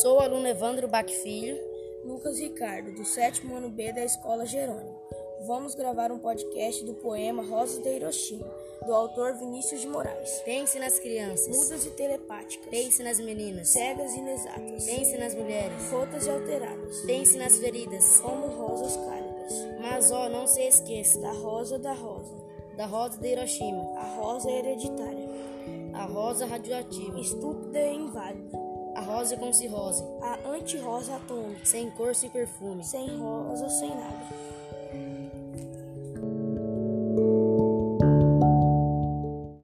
Sou o aluno Evandro Baque Filho. Lucas Ricardo, do sétimo ano B da Escola Jerônimo. Vamos gravar um podcast do poema Rosas de Hiroshima, do autor Vinícius de Moraes. Pense nas crianças. Mudas e telepáticas, Pense nas meninas. cegas e inexatas, Pense nas mulheres. rotas e alteradas, Pense nas feridas. como rosas cálidas, Mas ó, não se esqueça da rosa da rosa, da rosa de Hiroshima, a rosa hereditária, a rosa radioativa, estúpida e inválida, a rosa com cirrose, a anti-rosa atômica, sem cor, sem perfume. sem rosa, sem nada.